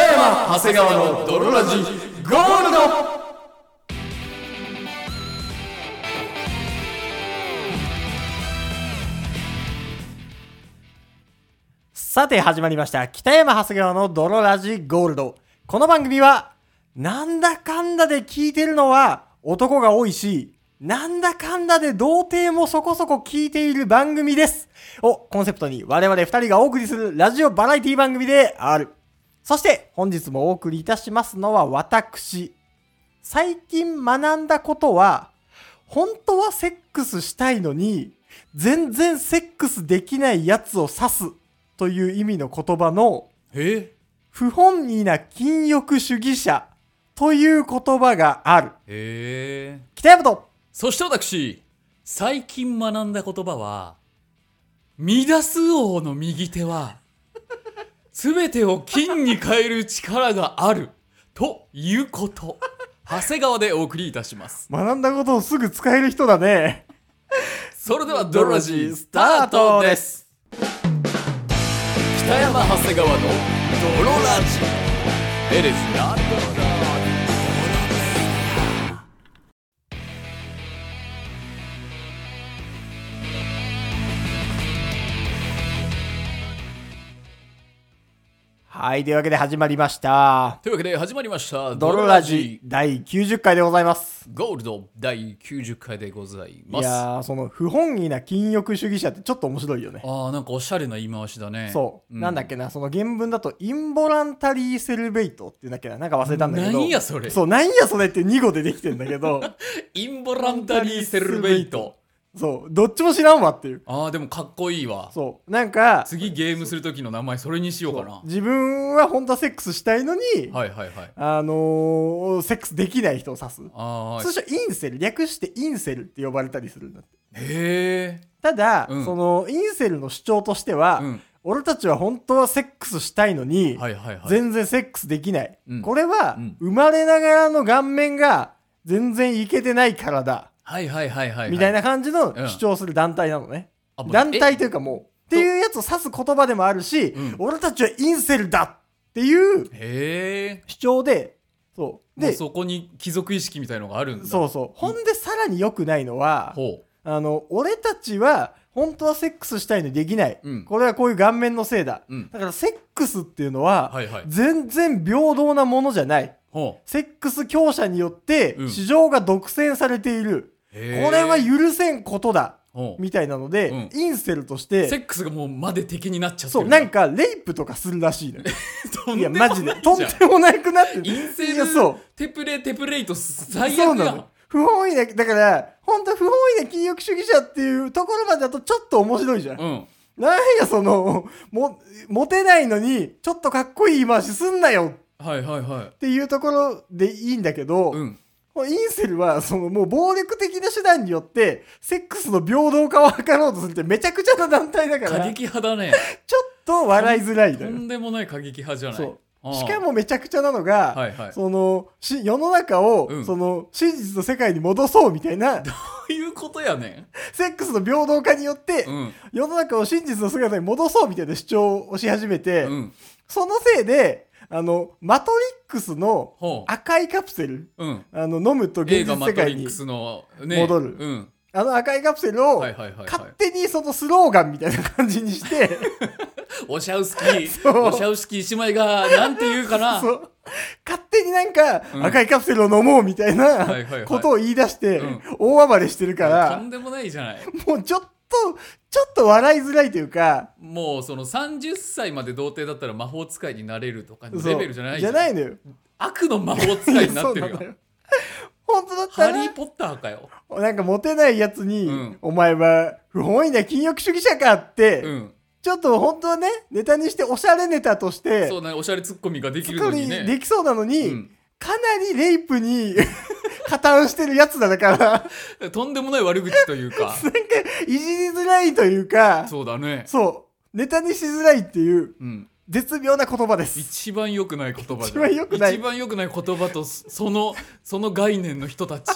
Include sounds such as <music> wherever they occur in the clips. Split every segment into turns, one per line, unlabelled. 長谷川の泥ラジゴールド
さて始まりました北山長谷川の泥ラジゴールドこの番組はなんだかんだで聞いてるのは男が多いしなんだかんだで童貞もそこそこ聞いている番組ですをコンセプトに我々二人がお送りするラジオバラエティ番組であるそして本日もお送りいたしますのは私最近学んだことは本当はセックスしたいのに全然セックスできないやつを指すという意味の言葉の
え
不本意な禁欲主義者という言葉がある
えー、
北山と
そして私最近学んだ言葉はミダス王の右手は全てを金に変える力があるということ長谷川でお送りいたします
学んだことをすぐ使える人だね
それではドロジースタートです北山長谷川のドロラジーエレスな
はいというわけで始まりました
というわけで始まりました
ドロラジ第90回でございます
ゴールド第90回でござい
い
ますあ
やーその不本意な禁欲主義者ってちょっと面白いよね
ーなんかおしゃれな言い回しだね
そう、なんだっ
け
けなその原文だとインボランタリーセルベイトっていうんだっけななんか忘れたんだけど
何やそれ
そうなんやそれって2語でできてんだけど
<laughs> インボランタリーセルベイト
そうどっちも知らんわっていう
あーでもかっこいいわ
そうなんか
次ゲームする時の名前それにしようかな
自分は本当はセックスしたいのに、
はいはいはい
あのーセックスできない人を指す、
あー
通称インセル略してインセルって呼ばれたりするんだって
へえ
ただ、
うん
そのインセルの主張としては、
うん
俺たちは本当はセックスしたいのに、
はいはいはい
全然セックスできない、
うん
これは、
うん
生まれながらの顔面が全然いけてないからだ、
はいはいはいはい、は
みたいな感じの主張する団体なのね、
あもう
団体
え
というかもうっていうやつを指す言葉でもあるし、
うん
俺たちはインセルだっていう
へえ
主張でそう
で
で
そこに貴族意識みたいのがあるんだ
そうそうほんでさらに良くないのは
ほ
あの俺たちは本当はセックスしたいのにできない、
うん
これはこういう顔面のせいだ、
うん
だからセックスっていうのは、
はいはい
全然平等なものじゃないう
ほ
セックス強者によって
うん
市場が独占されている、
うへー
これは許せんことだ
ほう
みたいなので、
うん
インセルとし
セ
て
ックスがもうまで敵になっちゃって
そう
るんだ
なんかレイプとかするらしい
<laughs>
のよ
とん
い
で
や
もない
マ
じ
ジ
ゃ
で
ん
とんでもなくなってる
インセ
い
ル
やそう
テプレテプレイと最悪
そうな
や
の
ん
不本意なだから本当不本意な禁欲主義者っていうところまでだとちょっと面白いじゃん、
うん
なんやそのもモテないのにちょっとかっこいい言い回しすんなよ
はいはいはい
っていうところでいいんだけど、
うん
このインセルはそのもう暴力的な手段によってセックスの平等化を図ろうとするってめちゃくちゃな団体だか
過
らち
激派だ
<laughs>
ね
ょっと笑いづらいだ
と
よ
んでもない過激派じゃない
そう
ああ
しかもめちゃくちゃなのが、
はいはいそ
そのし世の中を、
うん
その真実の世界に戻そうみたいな
ういうことやね
セックスの平等化によって、
うん
世の中を真実の姿に戻そうみたいな主張をし始めて、
うん
そのせいで、あの、マトリックスの
ほ
赤いカプセル、
ううん
あの、飲むと
映
現
画
実
マ
世
ト
界
リッ
に
ク、スのね
戻る
うん
あの赤いカプセルを
はい、はいはいは
勝
い
手にそのスローガンみたいな感じにして、
オシャウスキー
そう
オシャウスキー姉妹がなんて言うかな
<laughs> そう勝手になんか、
うん
赤いカプセルを飲もうみたい
はいはいは
ないことを言い出して、
うん
大暴れしてるから、
とんでもないじゃない
もうちょっと、ちょっと笑いづらいというか、
もうその30歳まで童貞だったら魔法使いになれるとかの
そう
レベルじゃない
じゃないのよ。
悪の魔法使いになってる
<laughs> そう
よ
なのよ。本当だった
ハ
ら
リー・ポッターかよ
なんかモテないやつに、
うん
お前は不本意な禁欲主義者かって、
うん
ちょっと本当はね、ネタにしておしゃれネタとして、
そうなおしゃれツッコミができるの
作り
にね
できそうなのに、
うん
かなりレイプに <laughs> 加担してるやつだから、なんか
とんでもない悪口とい
<laughs>
うか
いじりづらいというか、そう
そうだね、
ネタにしづらいっていう
うん、
絶妙な言葉です。
一番良くない言葉だ
一番良くない
一番良くない言葉とそそのその概念の人たち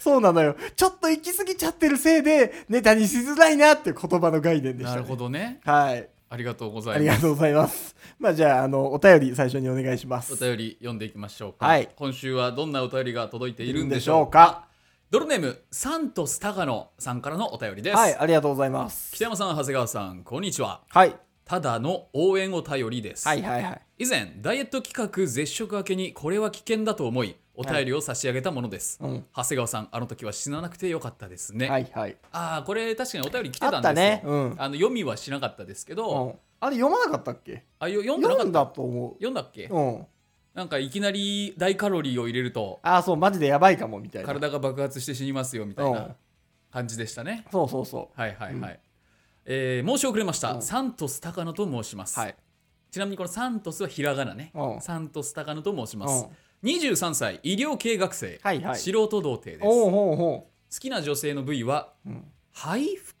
そうなのよ。ちょっと行き過ぎちゃってるせいで、ネタにしづらいなっていう言葉の概念でした、
なるほ。どね
はい。
ありがとうござ
あ
い
り
ま
が
す。
とうございます。まあじゃあ、あの、お便り最初にお願いします。
お便り読んでいきましょうか、
はい
今週はどんなお便りが届いてい
い
る
る
ん
ん
で
で
し
しょ
ょう
う
か
か。
ドルネームサントス高野さんからのお便りです、
はい、ありがとうございます。
北山さん長谷川さんこんにちは
はい。
ただの応援を頼りです、
はいはいはい。
以前ダイエット企画絶食明けにこれは危険だと思いお便りを差し上げたものです、
うん。
長谷川さんあの時は死ななくてよかったですね、
はいはい。
ああこれ確かにお便り来てたん
あ
で
ったね。
すよ
うん。
あの読みはしなかったですけど、
うんあれ読まなかったっけ
あよ読んでなか
読
っ
ん
た
だと思
読んだっけ、
う。うん。
なんかいきなり大カロリーを入れると
ああ、そう、マジでやばいかもみたいな。
体が爆発して死にますよみたいな感じでしたね、
そうそうそ
はいはいはい、えー申し遅れました、
うん
サントス高野と申します、
う。はい。
ちなみにこのサントスはひらがなね、
うん
サントス高野と申します、
うん
23歳医療系学生、
はいはい。
素人童貞です
おう
好
ほうほ
きな女性の部位は
う。うん。
背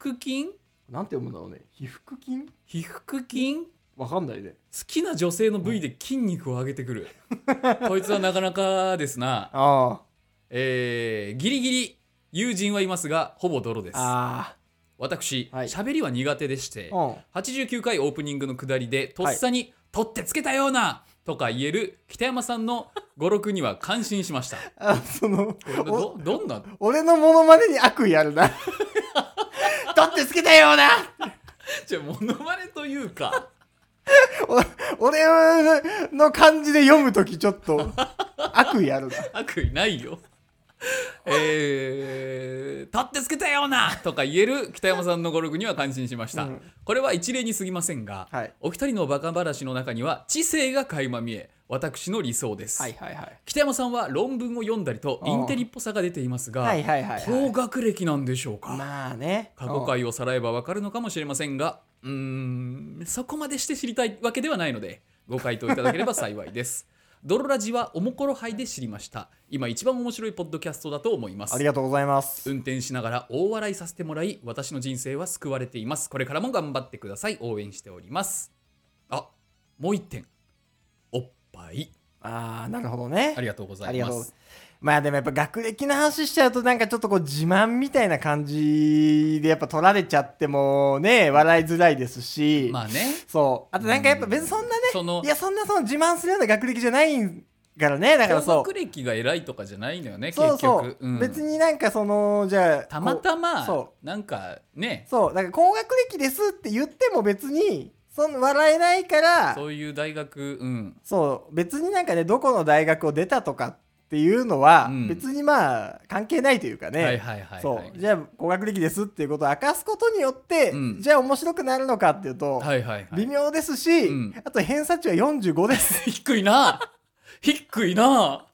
腹筋
なんて読むんだろうね。皮膚筋
皮腹筋
わかんないね。
好きな女性の部位で筋肉を上げてくる、こいつはなかなかですな
あ
えー、ギリギリ友人はいますがほぼ泥です
あ。あ
私
はい
喋、りは苦手でして
あ。うん。
89回オープニングの下りでとっさに、取ってつけたようなとか言える北山さんの語録には感心しました
あその
これどどんな
お俺のモノマネに悪意あ <laughs> るな取ってつけたような
じゃあモノマネというか
お俺の感じで読むときちょっと悪意あるな
悪意ないよ <laughs> えー、立ってつけたよう
<laughs>
なとか言える北山さんの語録には感心しました、
うん
これは一例に過ぎませんが、
はい
お二人のバカ話の中には知性が垣間見え私の理想です、
はいはい
北山さんは論文を読んだりとインテリっぽさが出ていますが、
はいはいはいはい
高学歴なんでしょうか、
まあね
過去回をさらえばわかるのかもしれませんがうーんそこまでして知りたいわけではないのでご回答いただければ幸いです
<laughs>
ドロラジはおもころ杯で知りました今一番面白いポッドキャストだと思い
うん
ま
あ
す
りがとうございます
運転しながら大笑いさせてもらい私の人生は救われていますこれからも頑張ってください応援しておりますあもう一点おっぱい
ああなるほどね
ありがとうござ
あ
い
りが
ま
とう
す
まあでもやっぱ学歴の話しちゃうとなんかちょっとこう自慢みたいな感じでやっぱ取られちゃってもね笑いづらいですし、
まあね
そうあとなんかやっぱ別にそんなね
その
いやそんなその自慢するような学歴じゃないからねだからそ
高学
う
歴が偉いとかじゃないのよね結
そう
局
そう、
うん
別になんかそのじゃあ
たま
こ
たま
そ
なんかね
うそうなんか高学歴ですって言っても別にその笑えないから
そういう大学うん
そう別になんかねどこの大学を出たとかっていうのは、
うん
別にまあ関係ないというかね、
はいはいはい
そ
は
う
い
じゃあ高学歴ですっていうことを明かすことによって、
うん
じゃあ面白くなるのかっていうと、
はいはいは
微
い
妙ですし、
うん
あと偏差値は45です
<laughs> 低いな低いな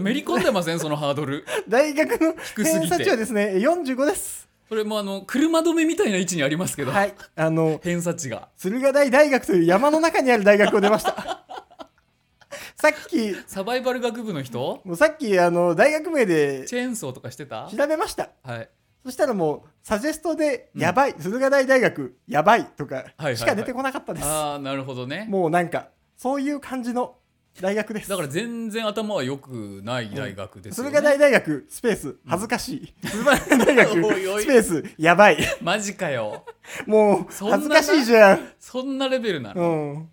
めり込んでませんそのハードル
大学の
すぎて
偏差値はですね45です
それもあの車止めみたいな位置にありますけど、
はいあの
偏差値が
駿河台大学という山の中にある大学を出ました
<laughs>
さっき
サバイバル学部の人
もうさっきあの大学名で
チェーンソーとかしてた
調べました
はい
そしたらもうサジェストで「
うん
やばい、駿河台大学やばい」とか
はい
しか出てこなかったです、
ああなるほどね
もうなんかそういう感じの大学です
だから全然頭は良くない大学です
そ
よ、ね
れが大大学スペース恥ずかしい、駿河台大学
<laughs> おいおい
スペースやばい
マジかよ
もう
そんなな
恥ずかしいじゃん
そんなレベルな
う
の
ん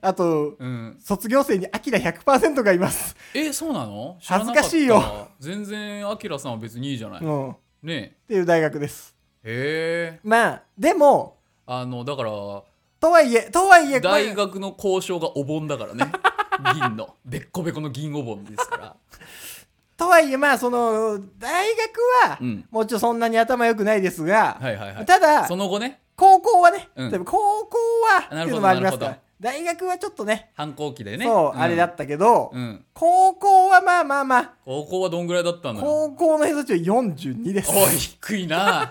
あと
うん
卒業生にアキラ100%がいます
えそうなの知ら
恥ず
なかった
かしいよ
全然アキラさんは別にいいじゃない、
うんっ
ね
ていう大学です
えへえ
まあでも
あのだから
とはいえとはいえこれ
大学の交渉がお盆だか
<laughs>
らね銀のべっこべこの銀お盆ですから
とはいえまあその大学は、
うん
もうちょっとそんなに頭良くないですが、
はいはいはい
ただ
その後ね
高校はね、
うん
でも高校は
な
っていう
るほど
のもありますか
なる
ら大学はちょっとね
反抗期でね
そう、
ん
あれだったけど、
うん
高校はまあまあまあ
高校はどんぐらいだったのよ
高校の偏差値は42です
おい低いな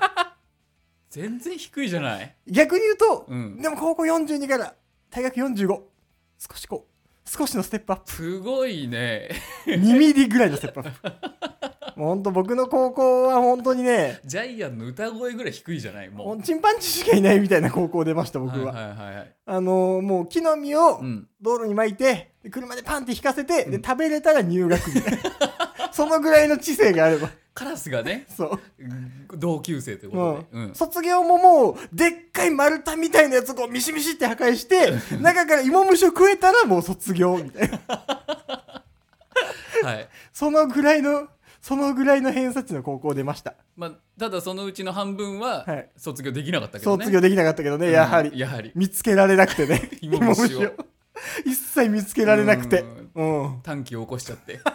<laughs> 全然低いじゃない
逆に言うと、
うん
でも高校42から大学45少しこう少しのステップアップ
すごいね
2ミリぐらいのステップアッ
<laughs>
プもう本当僕の高校は本当にね
ジャイアンの歌声ぐらい低いじゃない
も
も
うチンパンジーしかいないみたいな高校出ました
う
僕は、
はいはいはいはい
あのーもう木の実を
うん
道路に巻いて、で車でパンって引かせて、
う
で
ん
食べれたら入学みたいな
<laughs>
そのぐらいの知性があれば。
カラスがね
そう。
同級生ということ
も
で、
う
うん
卒業ももうでっかい丸太みたいなやつをこうミシミシって破壊して中から芋虫を食えたらもう卒業みたいな
はい
そのぐらいのそのぐらいの偏差値の高校出ました、
まあ、ただそのうちの半分は
はい
卒業できなかったけどね、
卒業できなかったけどね、やは
う
り
んやはり
見つけられなくてね
<laughs> 芋虫を
芋一切見つけられなくてうん
短期を起こしちゃって
<laughs>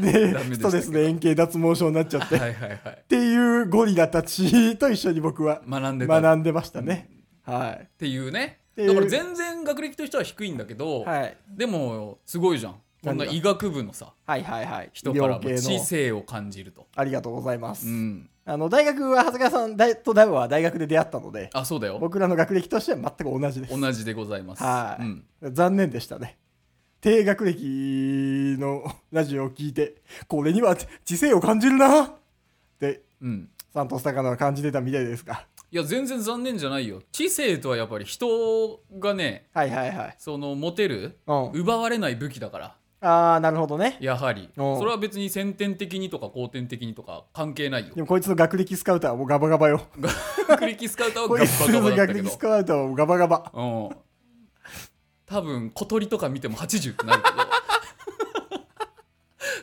で
ダメでしたけど
ストレスで円形脱毛症になっちゃっ
は
て
<laughs> い
っ
はいはい
ていうゴリラたちと一緒に僕は
学んでたっ
学んでましたね、はい
ていうね
ていう
だから全然学歴としては低いんだけど、
はい
でもすごいじゃんこんな
何が
医学部のさ
はいはいはい
人から
医療
も
系の
知性を感じると、
ありがとうございます、
うん、
あの大学は長谷川さん大とダブは大学で出会ったので
あそうだよ
僕らの学歴としては全く同じです
同じでございます、
はい
うん、
残念でしたね低学歴のラジオを聞いてこれには知性を感じるなって
うん、
サントス高野は感じてたみたいですが
いや全然残念じゃないよ知性とはやっぱり人がね
はいはいはい
その持てる
うん
奪われない武器だから
ああなるほどね
やはり
おう
それは別に先天的にとか後天的にとか関係ないよ
でもこいつの学歴スカウターはもうガバガバよ
学歴スカウターは
こ
ガ
い
ッ
つ
パガ
の
バだっ
学
たけ
歴
ど
スカウターはもうガバガバ
うん多分小鳥とか見ても80ってなるけど <laughs>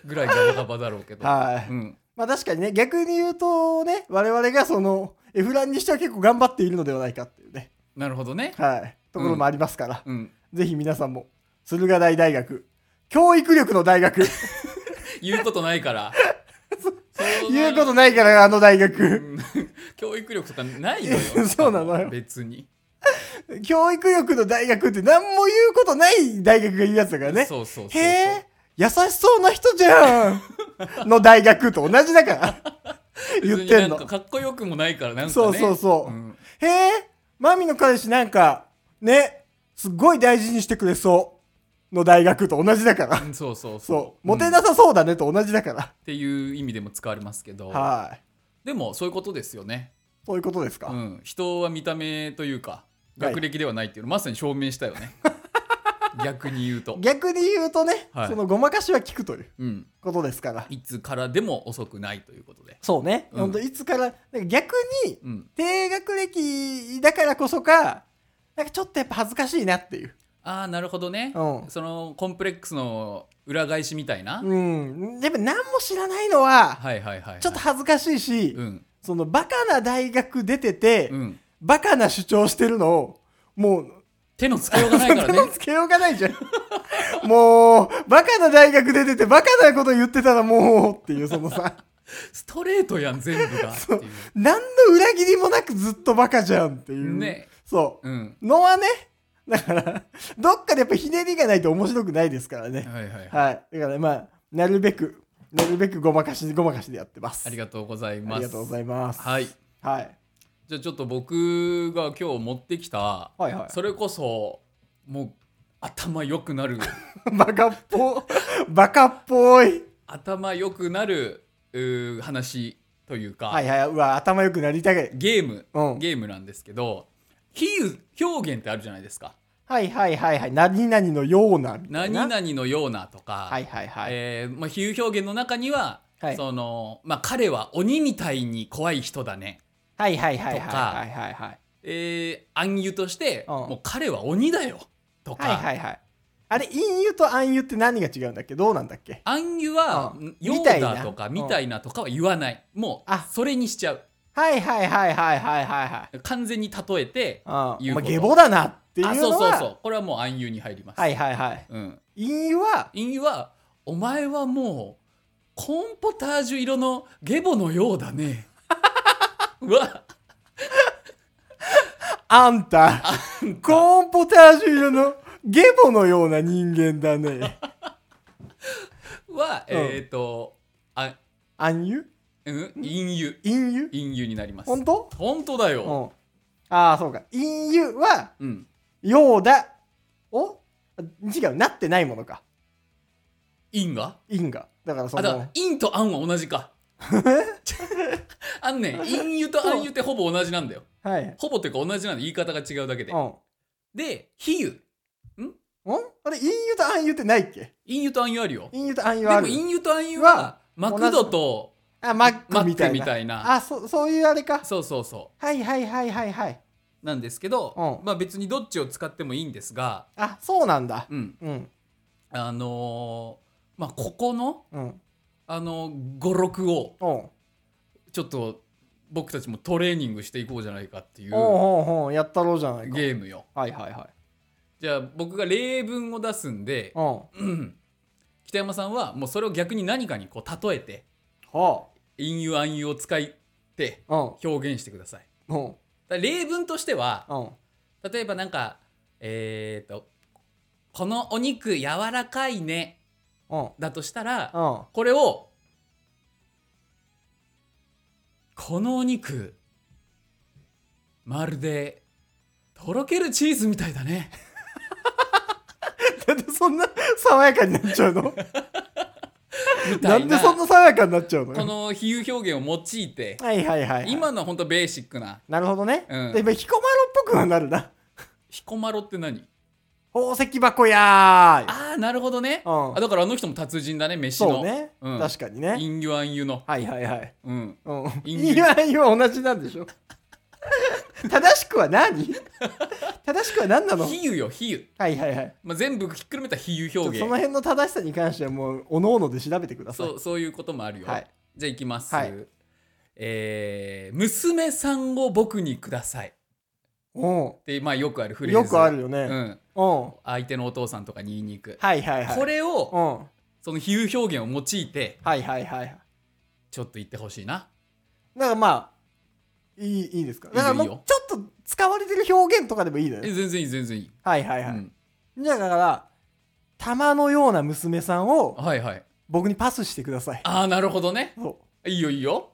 ぐらいガバガバだろうけど、
はい、
うん、
まあ確かにね逆に言うとね我々がそのエフランにしては結構頑張っているのではないかっていうね
なるほどね、
はいところもありますから、
うん、
ぜひ皆さんも、駿河台大学、教育力の大
<laughs>
学、
言うことないからそう
<laughs> 言うことないから、あの大学。
うん教育力とかないのよ
そうなのよ
別に、
教育力の大学って何も言うことない大学が言うやつだからね。
そうそうそうそう
へえ、優しそうな人じゃんの大学と同じだから。
<laughs>
言っ
別に
てん
な
の。
かかっこよくもないからなんかね
そうそうそう。
ん
へえ、マミの彼氏なんか、ね、すっごい大事にしてくれそうの大学と同じだから。
うんそうそうそう
そう。モテ
うんっ
なさそうだねと同じだから。
ていう意味でも使われますけど
はい。
でもそういうことですよね、
そういうことですか。
うん、人は見た目というか
はい
学歴ではないっていうのまさに証明したよ
<laughs>
ね逆に言うと、
逆に言うとね、
はい
そのごまかしは効くという
うん、
ことですから
いつからでも遅くないということで、
そうね、
うん
ほんといつからなんか逆に
うん、
低学歴だからこそかなんかちょっとやっぱ恥ずかしいなっていう
ああなるほどね、
うん
そのコンプレックスの裏返しみたいな、
うんやっぱ何も知らないのは
はいはいはい、はい、
ちょっと恥ずかしいし、
うん
そのバカな大学出てて、
うん
バカな主張してるのをもう
手の使いようがない
<laughs>
からね
手をつけようがないじゃん <laughs> もうバカな大学出ててバカなこと言ってたらもうっていうそのさ
ストレートやん全部
<laughs>
がってい
何の裏切りもなくずっとバカじゃんっていうう。
ね
そう。
うん
のはね、だから、どっかでやっぱひねりがないと面白くないですからね。
はいはい、はい、
はい。だからまあ、なるべく、なるべくごまかし、ごまかしでやってます。
ありがとうございます
ありがとうございます。
はい
はい。
じゃあちょっと僕が今日持ってきた
はいはい。
それこそもう頭良く
<laughs>
なる
バカっぽ、 <laughs> バカっぽい。
頭良くなるうー話というか、
はいはい。うわ、頭良くなりたい。
ゲーム、
うん
ゲームなんですけど比喩表現ってあるじゃないですか
はいはいはいはい。何々のような、みたい
何
な。
々のようなとか、
はいはいはい。
えーまあ、比喩表現の中には、
はい
そのまあ、彼は鬼みたいに怖い人だね、
はいはいはいはい
とか
はいはいはい。
えー暗喩として、
うん
もう彼は鬼だよとか、
はいはいはい。あれ、陰湯と暗湯って何が違うんだっけどうなんだっけ
暗喩は
うん
「よう
みたい
だ」
な
とか「
うん
みたいな」とかは言わないも
あ
うそれにしちゃう
はいはいはいはいはいはいはい。
完全に例えて
ああ
いう
まあ、
こと
下ボだなっていうのは
あそうそうそうこれはもう暗喩に入ります、
はいはいはい
うん、
陰は
陰喩は「お前はもうコーンポタージュ色のゲボのようだね」 <laughs> は
あんたコーンポタージュ色のゲボのような人間だね
<laughs> は、
うん
えっ、とあ、
暗湯
うん、陰喩
陰湯
陰喩になります
本当
本当だ
う
よ、
んああそうか陰湯は
うん、
ようだお違うなってないものか
陰が
陰がだからそ
あだから
の
陰と暗は同
<laughs>
じかあんね陰喩と暗喩ってほぼ同じなんだよ
はい
ほぼっていうか同じなんで言い方が違うだけで
うん
で比喩
うんああれ、陰湯と暗湯ってないっけ
陰湯と暗湯あるよ。
陰湯と暗湯
で
はあ
も
る。
陰湯と暗湯
は
は、マクドと
あ、マッ
マ
クみ
ッ
た
ク
い
み
な。
たいな。
あ、そ、そういうあれか。
そうそうそ
はいはいはいはいはい。
う。なんですけど
う、ん
まあ別にどっちを使ってもいいんですが、
あ、そうなんだ。
うん。
うん。
あのーまあここの、
うん。
あのー、5、6を、
おう
ちょっと僕たちもトレーニングしていこうじゃないかってい
お
う
うおうおうやったろうじゃないか。
ゲームよ。
はいはいはい。
じゃあ僕が例文を出すんで、
うん。は
北山さんはもうそれを逆に何かにこう例えて、
あ。
陰湯暗湯を使って
うん。
表現してください。
うん。
だから例文としては、
うん。
例えばなんか、えー、と、このお肉柔らかいね
うん。
だとしたら、 <laughs>
うん。
これを、このお肉、まるで、とろけるチーズみたいだね。
なんでそんな爽やかになっち
<laughs>
ゃうの
みた
ないん
な、
でそん
こ
な爽やかになっちゃうの
の比喩表現を用いて、
はいはいはい、はい。
今のは本当ベーシックな、
なるほどね。
うん
で今、彦摩呂っぽくはなるな。
彦摩呂って何
宝石箱やーい。
ああ、なるほどね。
うん
あだからあの人も達人だね、飯の。
そうね、
うん
確かにね。
陰湯暗湯の。
はいはいはい。
うん。
うん。
陰
いやいや同じなんで
<laughs>
しょ正しくは何正しくは何なの
比喩よ、比喩。
はいはいはい。
まあ、全部ひっくるめた比喩
ちょっと
表
その
現。
辺の正しさに関してはもう、おのおので調べてください。
そう、そういうこともあるよ。
はい。
じゃあ行きます。
はい
えー娘さんを僕にください。っ
う
て、まあよくあるフ
ん。
レーズ。
よくあるよ
う
ね。
ん。
うん。
相手のお父さんとかに言いに行く。
はいはいはい。
これ
う
を、
ん。
その比喩表現を用いて、
はいはいはい。
ちょっと言ってほしいな。
だからまあ、いい、いいですか。
いいよ
だからもう
いい
ちょ
よ
っと使われてる表現とかでもいいの
え
よ。
全然いい、全然いい。
はいはいは
う
い。
ん
じゃあだから、玉のような娘さんを
はいはい。
僕にパスしてください。
ああ、なるほどね。
そ
いいよ、いいよ。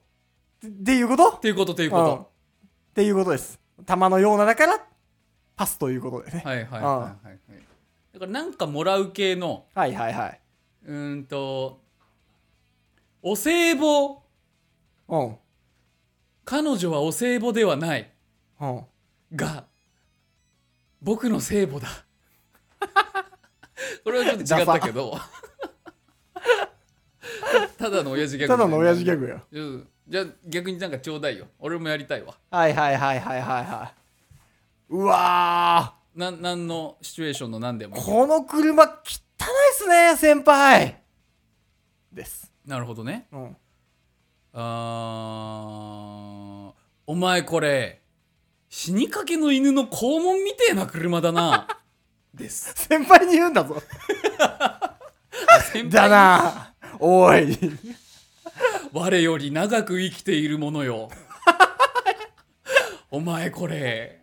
う。っていうこと
っていうこと、という
うん
こ
っていうことです。玉のようなだから、パスということでね
と。。はいはいはいはいはい。だからなんかもらう系の、
はいはいはい。
うーんと、お歳暮、
うん。
彼女はお歳暮ではない。
うん。
が僕の聖母だ <laughs> これはちょっと違ったけど <laughs> ただの親父ギャグ
ただの親父ギャグや。
うんじゃあ逆になんかちょうだいよ俺もやりたいわ
はいはいはいはいはいはい。うわー。
なんなんのシチュエーションの何でも
この車汚いっすね、先輩。です。
なるほどね
うん。
あーお前これ死にかけの犬の肛門みてえな車
<laughs>
だなです
先輩に言うんだぞ。
先
だ
輩
なおい。
我より長く生きているものよ <laughs> お前これ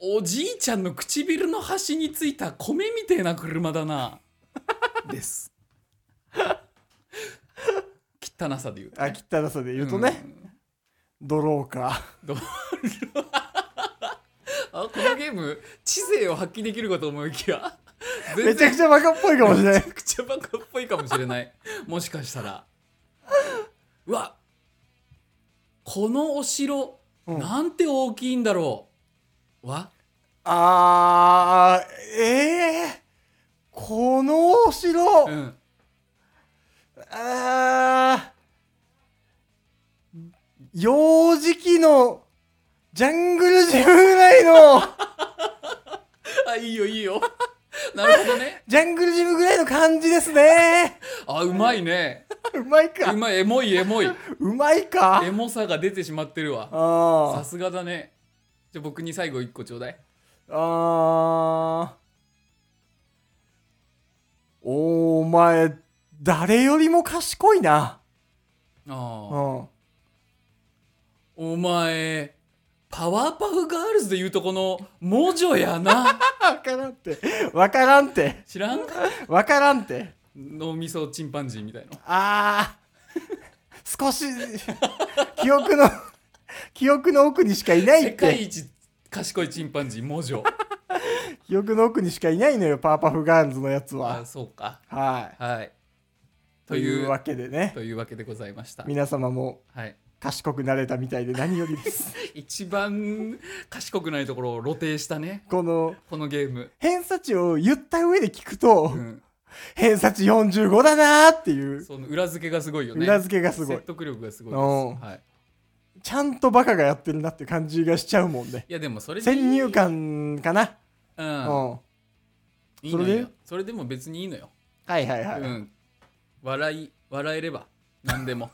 おおじいちゃんの唇の端についた米みてえな車だなです <laughs> 汚さで言うと
あ、
ね、
汚さで言うとね、ドローか。
どうあこのゲーム知性を発揮できるかと思いきや
め
全
ちゃ
然
くちゃバカっぽいかもしれない
めちゃ。くちゃバカっぽいかもしれない <laughs> もしかしたらうわこのお城、
うん
なんて大きいんだろうわ
あー、えー、このお城、
うん
あー、幼児期のジャングルジムぐらいの、
あいいよいいよ <laughs> なるほどね
ジャングルジムぐらいの感じですね。
あうまいね
うまいうか。
まいエモい
<laughs>
エモいう
まいか。
エモさが出てしまってるわさ
あ
すがだねじゃあ僕に最後一個ちょうだい
ーあー。お前、誰よりも賢いな。う
ああ
ん。
お前パワーパフガールズで言うとこのモジョやな
わからんって。わからんって。
知らん
わからんって。
脳みそチンパンジーみたいな
あー。少し、記憶の、記憶の奥にしかいない
世
っ
界
て。
一賢いチンパンジーモ
<laughs>
ジョ
記憶の奥にしかいないのよ、パーパフガールズのやつ
あ
は。
そうか
はい。
はい
と
という
いうわけでね、
というわけでございました
皆様も
はい
賢くなれたみたいで何よりです。 <laughs>
一番賢くないところを露呈したね
この
このゲーム、
偏差値を言った上で聞くと
う、ん、
偏差値45だなーっていう、
その裏付けがすごいよね
裏付けがすごい
説。得力がすごい
うん
です、はい、
ちゃんとバカがやってるなって感じがしちゃうもんね。
いやでもそれでいい
先入観かな。
う
うんん。はい
いの
それ
よ
で
それでも別にいいのよ、
いはいはい。
うん、笑い笑えれば何で
<laughs>
も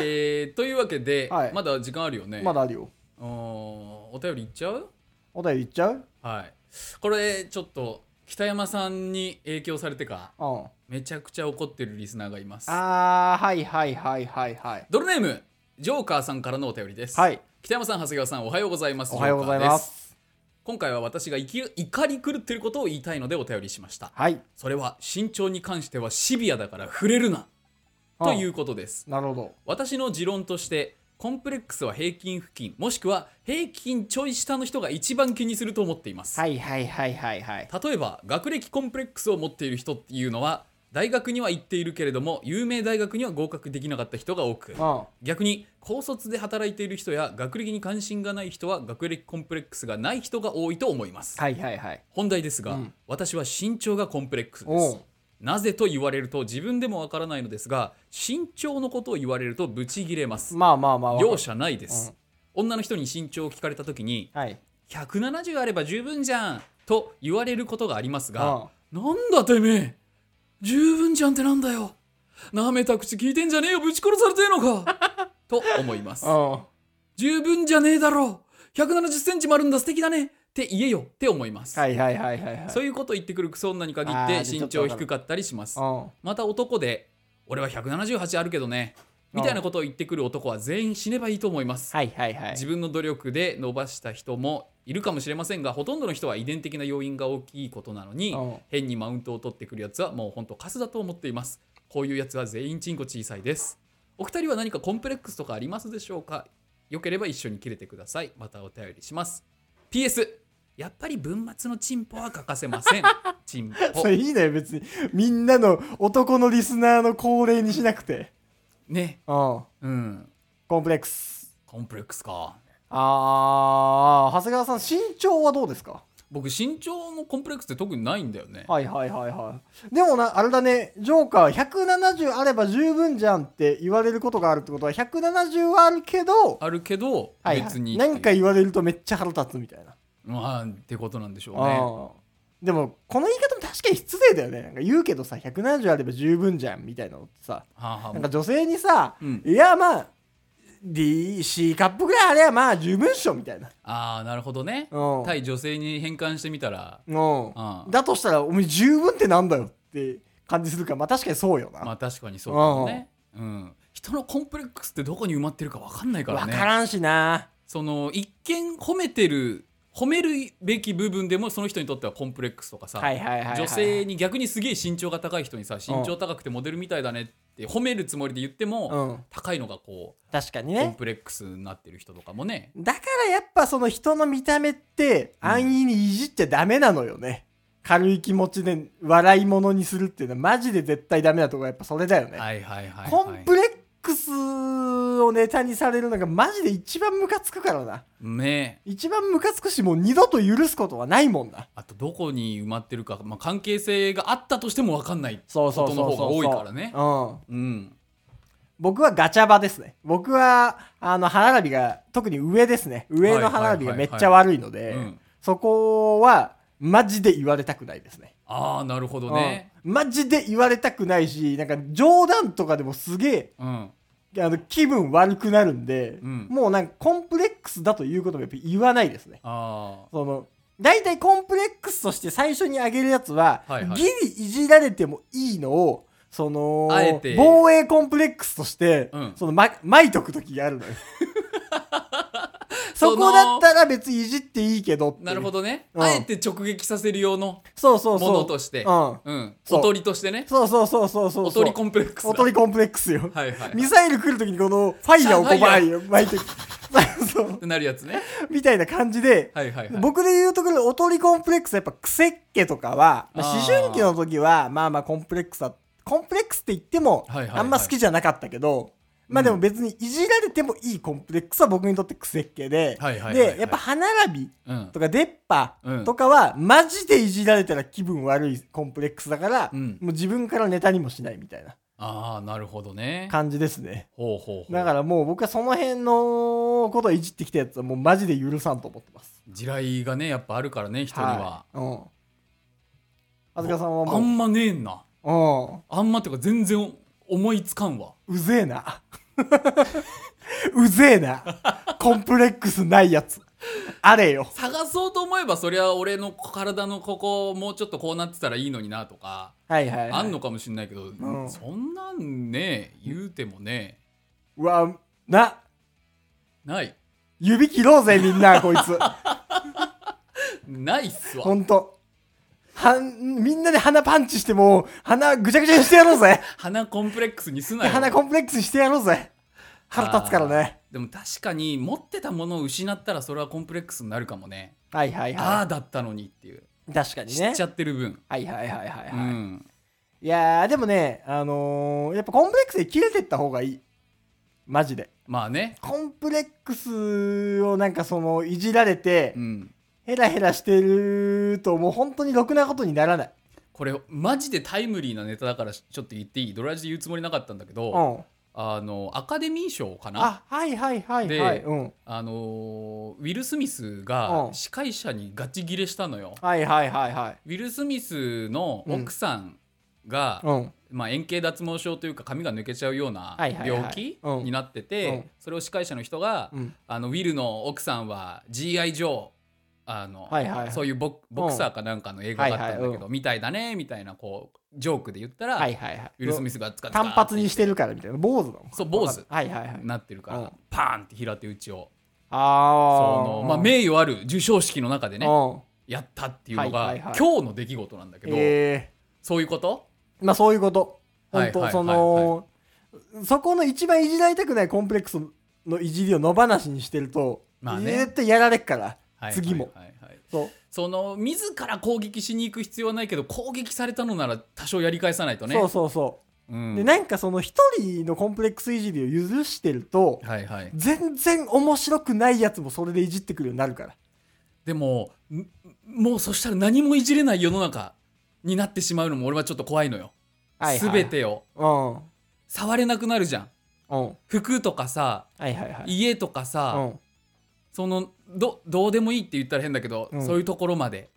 えー、というわけで、
はい
まだ時間あるよね
まだあるよ。
おーお便りいっちゃう
お便りいっちゃう
はいこれちょっと北山さんに影響されてか
うん。
めちゃくちゃ怒ってるリスナーがいます
あー、はいはいはいはいはい。
ドルネームジョーカーさんからのお便りです、
はい。
北山さん長谷川さんおはようございます
おはようござい
ジョー
ま。
カーです今回は私が生き怒り狂ってることを言いたいのでお便りしました
はい。
それは身長に関してはシビアだから触れるなということです
なるほど。
私の持論としてコンプレックスは平均付近もしくは平均ちょい下の人が一番気にすると思っています
はいはいはいはいはい。
例えば学歴コンプレックスを持っている人っていうのは大学には行っているけれども有名大学には合格できなかった人が多く
うん。
逆に高卒で働いている人や学歴に関心がない人は学歴コンプレックスがない人が多いと思います
はいはいはい。
本題ですが、
うん
私は身長がコンプレックスで
お
す
う
なぜと言われると自分でもわからないのですが身長のことを言われるとブチギレます
まあまあまあ。わかる
容赦ないです、女の人に身長を聞かれた時に
はい。
170あれば十分じゃんと言われることがあります
う
が、
ん
なんだてめえ十分じゃんってなんだよなめた口聞いてんじゃねえよぶち殺されてえのか
<laughs>
と思います
うん。
十分じゃねえだろ1 7 0センチもあるんだ素敵だねって言えよって思います、
はいはいはいはいはい。
そういうこと言ってくるクソ女に限っ
あー
て
ちょ
身
っとわ
長
かる
低かったりします
うん。
また男で俺は178あるけどねみたいなことを言ってくる男は全員死ねばいいと思います
はいはいはい。
自分の努力で伸ばした人もいるかもしれませんがほとんどの人は遺伝的な要因が大きいことなのに
うん
変にマウントを取ってくるやつはもうほんとカスだと思っていますこういうやつは全員チンコ小さいですお二人は何かコンプレックスとかありますでしょうかよければ一緒に切れてくださいまたお便りします PS やっぱり文末のチンポは欠かせ
<laughs>
ませんチンポ
それいいね別にみんなの男のリスナーの恒例にしなくて
ね
うん
うん
コンプレックス
コンプレックスか
あー長谷川さん身長はどうですか
僕身長のコンプレックスって特にないんだよね
はいはいはいはいでもなあれだねジョーカー170あれば十分じゃんって言われることがあるってことは170はあるけど、
あるけど
はい
別にっていう
何か言われるとめっちゃ腹立つみたいな、
まあってことなんでしょうね
あーでもこの言い方も確かに失礼だよねなんか言うけどさ170あれば十分じゃんみたいなのってさ
はあはあ
なんか女性にさ、
うん
いやまあ DC カップぐらいあれはまあ十分っしょみたいな。
あーなるほどね
うん
対女性に変換してみたら
うん
うん
だとしたらお前十分ってなんだよって感じするからまあ確かにそうよな。
まあ確かにそうかもねうん人のコンプレックスってどこに埋まってるか分かんないから
分
ね
からんしな。
その一見褒めてる褒めるべき部分でもその人にとってはコンプレックスとかさ、
はいはいはいはい、
女性に逆にすげえ身長が高い人にさ身長高くてモデルみたいだねって褒めるつもりで言っても、
うん
高いのがこ
確かに
うコン
ね。
プレックスになってる人とかもね
だからやっぱその人の見た目って安易にいじっちゃダメなのよね。軽い気持ちで笑い物にするっていうのはマジで絶対ダメなとこはやっぱそれだよね。
はいはいはい、はい、
コンプレックスをネタにされるのがマジで一番ムカつくからな。
ね
一番ムカつくし、もう二度と許すことはないもんな。
あとどこに埋まってるか、まあ、関係性があったとしても分かんない
そうそうそうそう。
ことの方が多いからね
うん。
うん
僕はガチャバですね。僕は、あの、歯並びが、特に上ですね。上の歯並びがめっちゃ悪いの
はいはいはい
で
はいうん、
そこは、マジで言われたくないですね。
ああなるほどね
うんマジで言われたくないし、なんか冗談とかでもすげえ、
うん
あの気分悪くなるんで、
うん
もうなんかコンプレックスだということもやっぱ言わないですね。
ああ
その、大体コンプレックスとして最初に挙げるやつは、
はいはい
ギリいじられてもいいのを、その
あえて、
防衛コンプレックスとして、
うん
その、ま、まいとくときがあるの
<laughs>
よ。そこだったら別にいじっていいけどっていう
なるほ。どね、
うん
あえて直撃させる用の
そうそう
も
そう。
のとして
うん。
うん
そう
おとりとしてね
そうそうそうそうそう。
おとりコンプレックスだ
おとりコンプレックスよ。
はいはい
ミサイル来るときにこの、ファイヤーをこう、
ファ
バ
イ
ーン巻いてく。
<laughs>
そうそう
っ。てなるやつね
みたいな感じで、
はいはいはい
僕で言うところおとりコンプレックスやっぱクセっ気とかは、まあ
あ
思
ー
春期の時はまあまあコンプレックスだコンプレックスって言っても
はいはいはい
あんま好きじゃなかったけど、まあでも別にいじられてもいいコンプレックスは僕にとって癖っ気で、
はいはいはいはい
で、やっぱ歯並び
うん
とか出っ歯とかは、マジでいじられたら気分悪いコンプレックスだから、
うん
もう自分からネタにもしないみたいな
ああなるほどね
感じですね。
ほうほうほう
だからもう僕はその辺のことをいじってきたやつはもうマジで許さんと思ってます。
地雷がねやっぱあるからね人には、
い。うん。あずかさんは
あんまねえんな
も
あんまっていうか全然思いつかんわ
う、うん。うぜえな。うぜえな。コンプレックスないやつ。あれよ。
探そうと思えばそりゃ俺の体のここもうちょっとこうなってたらいいのになとか
はいはい、はい。
あんのかもしんないけど、
ん
そんなんね言うてもね
うわ、な、
ない
指切ろうぜみん
<laughs>
な、こいつ。
ないっす
ほ
わ
んと。はん、みんなで鼻パンチしてもう、鼻ぐちゃぐちゃにしてやろうぜ。
鼻コンプレックスにすなよ
鼻コンプレックスにしてやろうぜ。腹立つからね。
あーでも確かに持ってたものを失ったらそれはコンプレックスになるかもね、
はいはい
ああ
は
だったのにっていう
い。確かに
知っ
ね
ち。ゃってる分、
はいはいはいはいはい。
うん
いやー、でもね、あのー、やっぱコンプレックスで切れてった方がいい。マジで。
まあね
コンプレックスをなんかその、いじられて
う、ん
ヘラヘラしてると、もう本当にろくなことにならない。
これマジでタイムリーなネタだからちょっと言っていいドラジで言うつもりなかったんだけど、
うん。
あのアカデミー賞かな
あ、はいはいはいはい。
で
うん。
あのーウィル・スミスが
うん
司会者にガチギレしたのよ、
はいはいはいはい。
ウィル・スミスの奥さんが、
うん。
まあ、円形脱毛症というか髪が抜けちゃうような
はいはいはい
病気
うん
になってて、
うん
それを司会者の人が、
うん。
あのウィルの奥さんは G.I. ジョーあの、
はいはいはい
そういうボクボクサーかなんかの映画があったんだけど、
はいはい
みたいだねみたいなこうジョークで言ったら、
はいはいはい。
ウィル・スミスが使って
単発にしてるからみたいな。坊主なの
そう坊主
はいはいはい。
なってるから、
うん
パーンって平手打ちをそ
あー
の、まあ、名誉ある授賞式の中でね、
うん
やったっていうのが、
はいはいはい
今日の出来事なんだけど、
え
そういうこと
ーまあそういうこと。
はい
本
は
当
いはいはい
その、そこの一番いじられたくないコンプレックスのいじりを野放しにしてると、
まあね
絶対やられっから
はい、
次も。
はいはいはい
そう。
その自ら攻撃しに行く必要はないけど攻撃されたのなら多少やり返さないとね
そうそうそうう。
ん
で、なんかその一人のコンプレックスいじりを許してると、
はいはい、
全然面白くないやつもそれでいじってくるようになるから。
でもんもうそしたら何もいじれない世の中になってしまうのも俺はちょっと怖いのよ、
はいはい
全。てを
うん。
触れなくなるじゃん
うん。
服とかさ
はいはいはい。
家とかさ、
うん。
そのどどうでもいいって言ったら変だけど、
うん
そういうところまで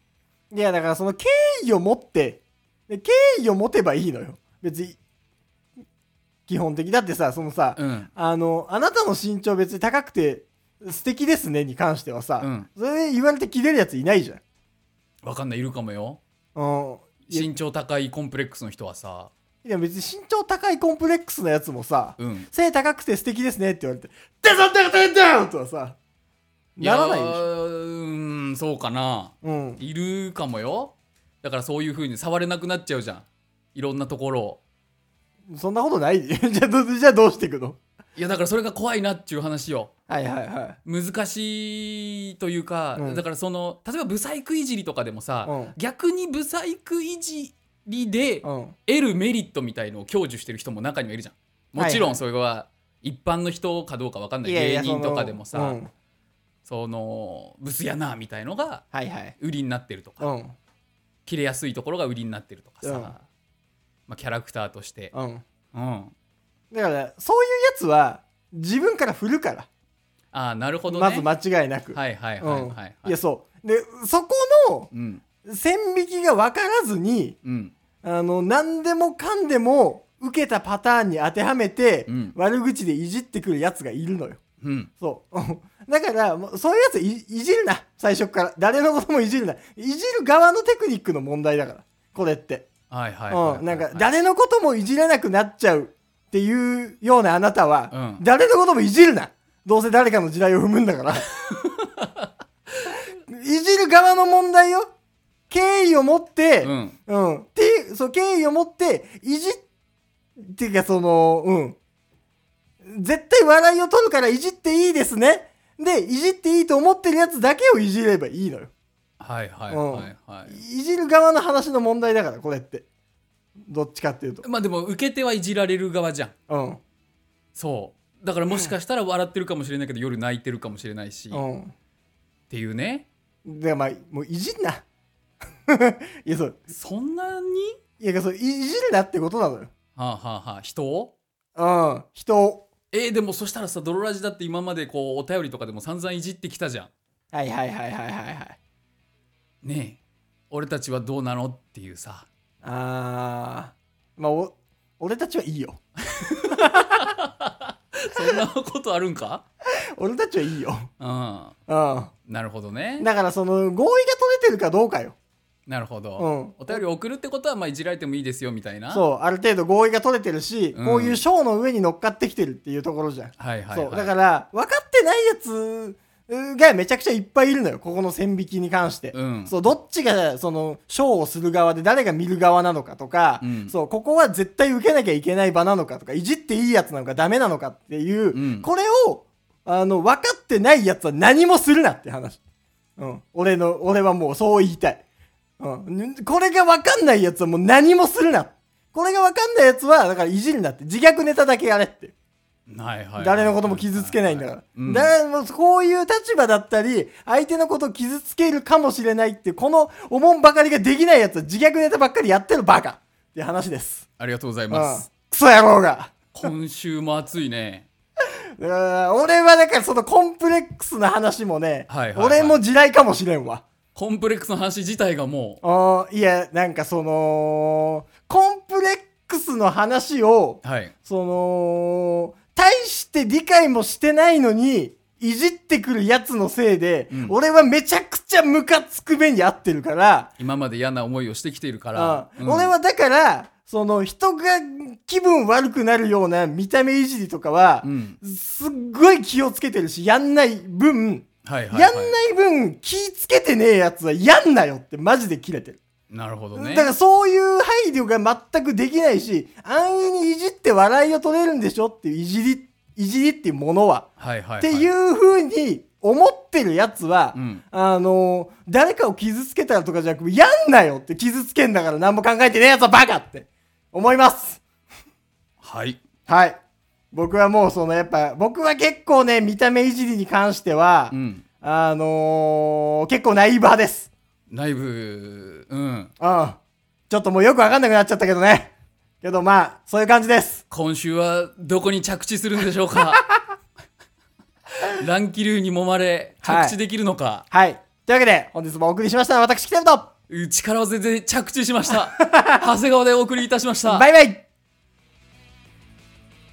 いや、だからその敬意を持って、で敬意を持てばいいのよ。別に、基本的。だってさ、そのさ、
うん
あの、あなたの身長別に高くて素敵ですねに関してはさ、
うん
それで言われて切れるやついないじゃん。
わかんないいるかもよ
うん。いや
身長高いコンプレックスの人はさ、
いや別に身長高いコンプレックスのやつもさ、
うん、
背高くて素敵ですねって言われて、でそんなこと言ってよとはさ、ならないでし
や
ょ。
ーうんそうかな
うん。
いるかもよだからそういう風に触れなくなっちゃうじゃんいろんなところを
そんなことない <laughs> じゃあどう、じゃあどうしていくの
いやだからそれが怖いなっていう話よ
はいはいはい。
難しいというか、
うん
だからその例えばブサイクいじりとかでもさ、
うん
逆にブサイクいじりで
うん。
得るメリットみたいのを享受してる人も中にはいるじゃんもちろんそれは一般の人かどうか分かんない芸人とかでも
そ
さそ
のう
の,、
ん
ブスやなみたいのが
はいはい。
売りになってるとか、
うん。
切れやすいところが売りになってるとかさ、
うん
まあ、キャラクターとして、
うん。
うん、あ
だから、そういうやつは、自分から振るから。
あなるほどね
まず間違いなく。
はいはいはいはいはい、
うん。いや、そう。で、そこ
うん
の線引きが分からずに、
うん
あの、何でもかんでも、受けたパターンに当てはめて、
うん
悪口でいじってくるやつがいるのよ。
うん
そう <laughs> うん。だから、もうそういうやついいじるな。最初から。誰のこともいじるな。いじる側のテクニックの問題だから。これって。
はいはいはいはい、
うん、なんか誰のこともいじれなくなっちゃうっていうようなあなたは、
うん
誰のこともいじるなどうせ誰かの時代を踏むんだ
<laughs>
からいじる側の問題よ敬意を持って、
う
うん
ん
っていうそう敬意を持っていじっていうかそのうん絶対笑いを取るからいじっていいですねでいじっていいと思ってるやつだけをいじればいいのよ
はいはいはいはい
じる側の話の問題だからこれってどっちかっていうと
いまあでも受け手はいじられる側じゃん
うん
そだからもしかしたら笑ってるかもしれないけど夜泣いてるかもしれないし、っ
う
ていうね
ん。で、まあ、もういじんな。 <laughs> いや、そう。
そんなに
いや、そう、いじるなってことなのよ。
はあはあはあ人を
うん。人を。
えーでもそしたらさ「泥ラジ」だって今までこうお便りとかでも散々いじってきたじゃ
はいはいはいはいはいはい。
んねえ俺たちはどうなのっていうさ
あー。まあ、お、俺たちはいいよ。 <laughs>
そんなことあるんか
俺たちはいいよ。
うん
うん。
なるほどね
だからその合意が取れてるかどうかよ。
なるほど、
うん
お便り送るってことはまあいじられてもいいですよみたいな
そう、ある程度合意が取れてるし、
うん
こういうショーの上に乗っかってきてるっていうところじゃん。
はいはい、はい、
そう、だから分かってないやつがめちゃくちゃいっぱいいるのよ、ここの線引きに関して。
うん
そう、どっちがそのショーをする側で誰が見る側なのかとか、
うん
そう、ここは絶対受けなきゃいけない場なのかとか、いじっていいやつなのかダメなのかっていう、
うん
これを、あの、分かってないやつは何もするなって話。うん。俺の、俺はもうそう言いたい。うん。これが分かんないやつはもう何もするな。これが分かんないやつは、だからいじるなって。自虐ネタだけやれって。
はいはいはい
誰のことも傷つけないんだから。
うん
だからもうこういう立場だったり、相手のことを傷つけるかもしれないっていう、このおもんばかりができないやつは自虐ネタばっかりやってるバカっていう話です。
ありがとうござい
うん
ます、。
クソ野郎が。
今週も暑いね
うん俺はだからそのコンプレックスな話もね、
はいはいはい
俺も地雷かもしれんわ。
コンプレックスの話自体がも
あーいや、なんかその、コンプレックスの話を
う、はい
その、大して理解もしてないのに、いじってくるやつのせいで、
うん
俺はめちゃくちゃムカつく目に遭ってるから、
今まで嫌な思いをしてきているから、
うん
うん
俺はだから、その人が気分悪くなるような見た目いじりとかは
う、ん
すっごい気をつけてるし、やんない分、
はいはい、はい、
やんない分気ぃつけてねえやつはやんなよってマジで切れてる。
なるほどね
だからそういう配慮が全くできないし、安易にいじって笑いを取れるんでしょっていういじり、いじりっていうものは。
はいはいはい、、
っていうう風に思ってるやつは、
ん、
あのー誰かを傷つけたらとかじゃなく、やんなよって傷つけんだから何も考えてねえやつはバカって思います。
はい
はい。僕はもうそのやっぱ、僕は結構ね、見た目いじりに関しては、
うん
あのー結構ナイーバーです。
内部うん
うん。ちょっともうよくわかんなくなっちゃったけどね。けどまあ、そういう感じです。
今週はどこに着地するんでしょ
<laughs>
うか乱気流に揉まれ
はい
着地できるのか、
はい。というわけで、本日もお送りしましたのは私、北山と
う力を全然着地しました長谷川でお送りいたしました
バイバイ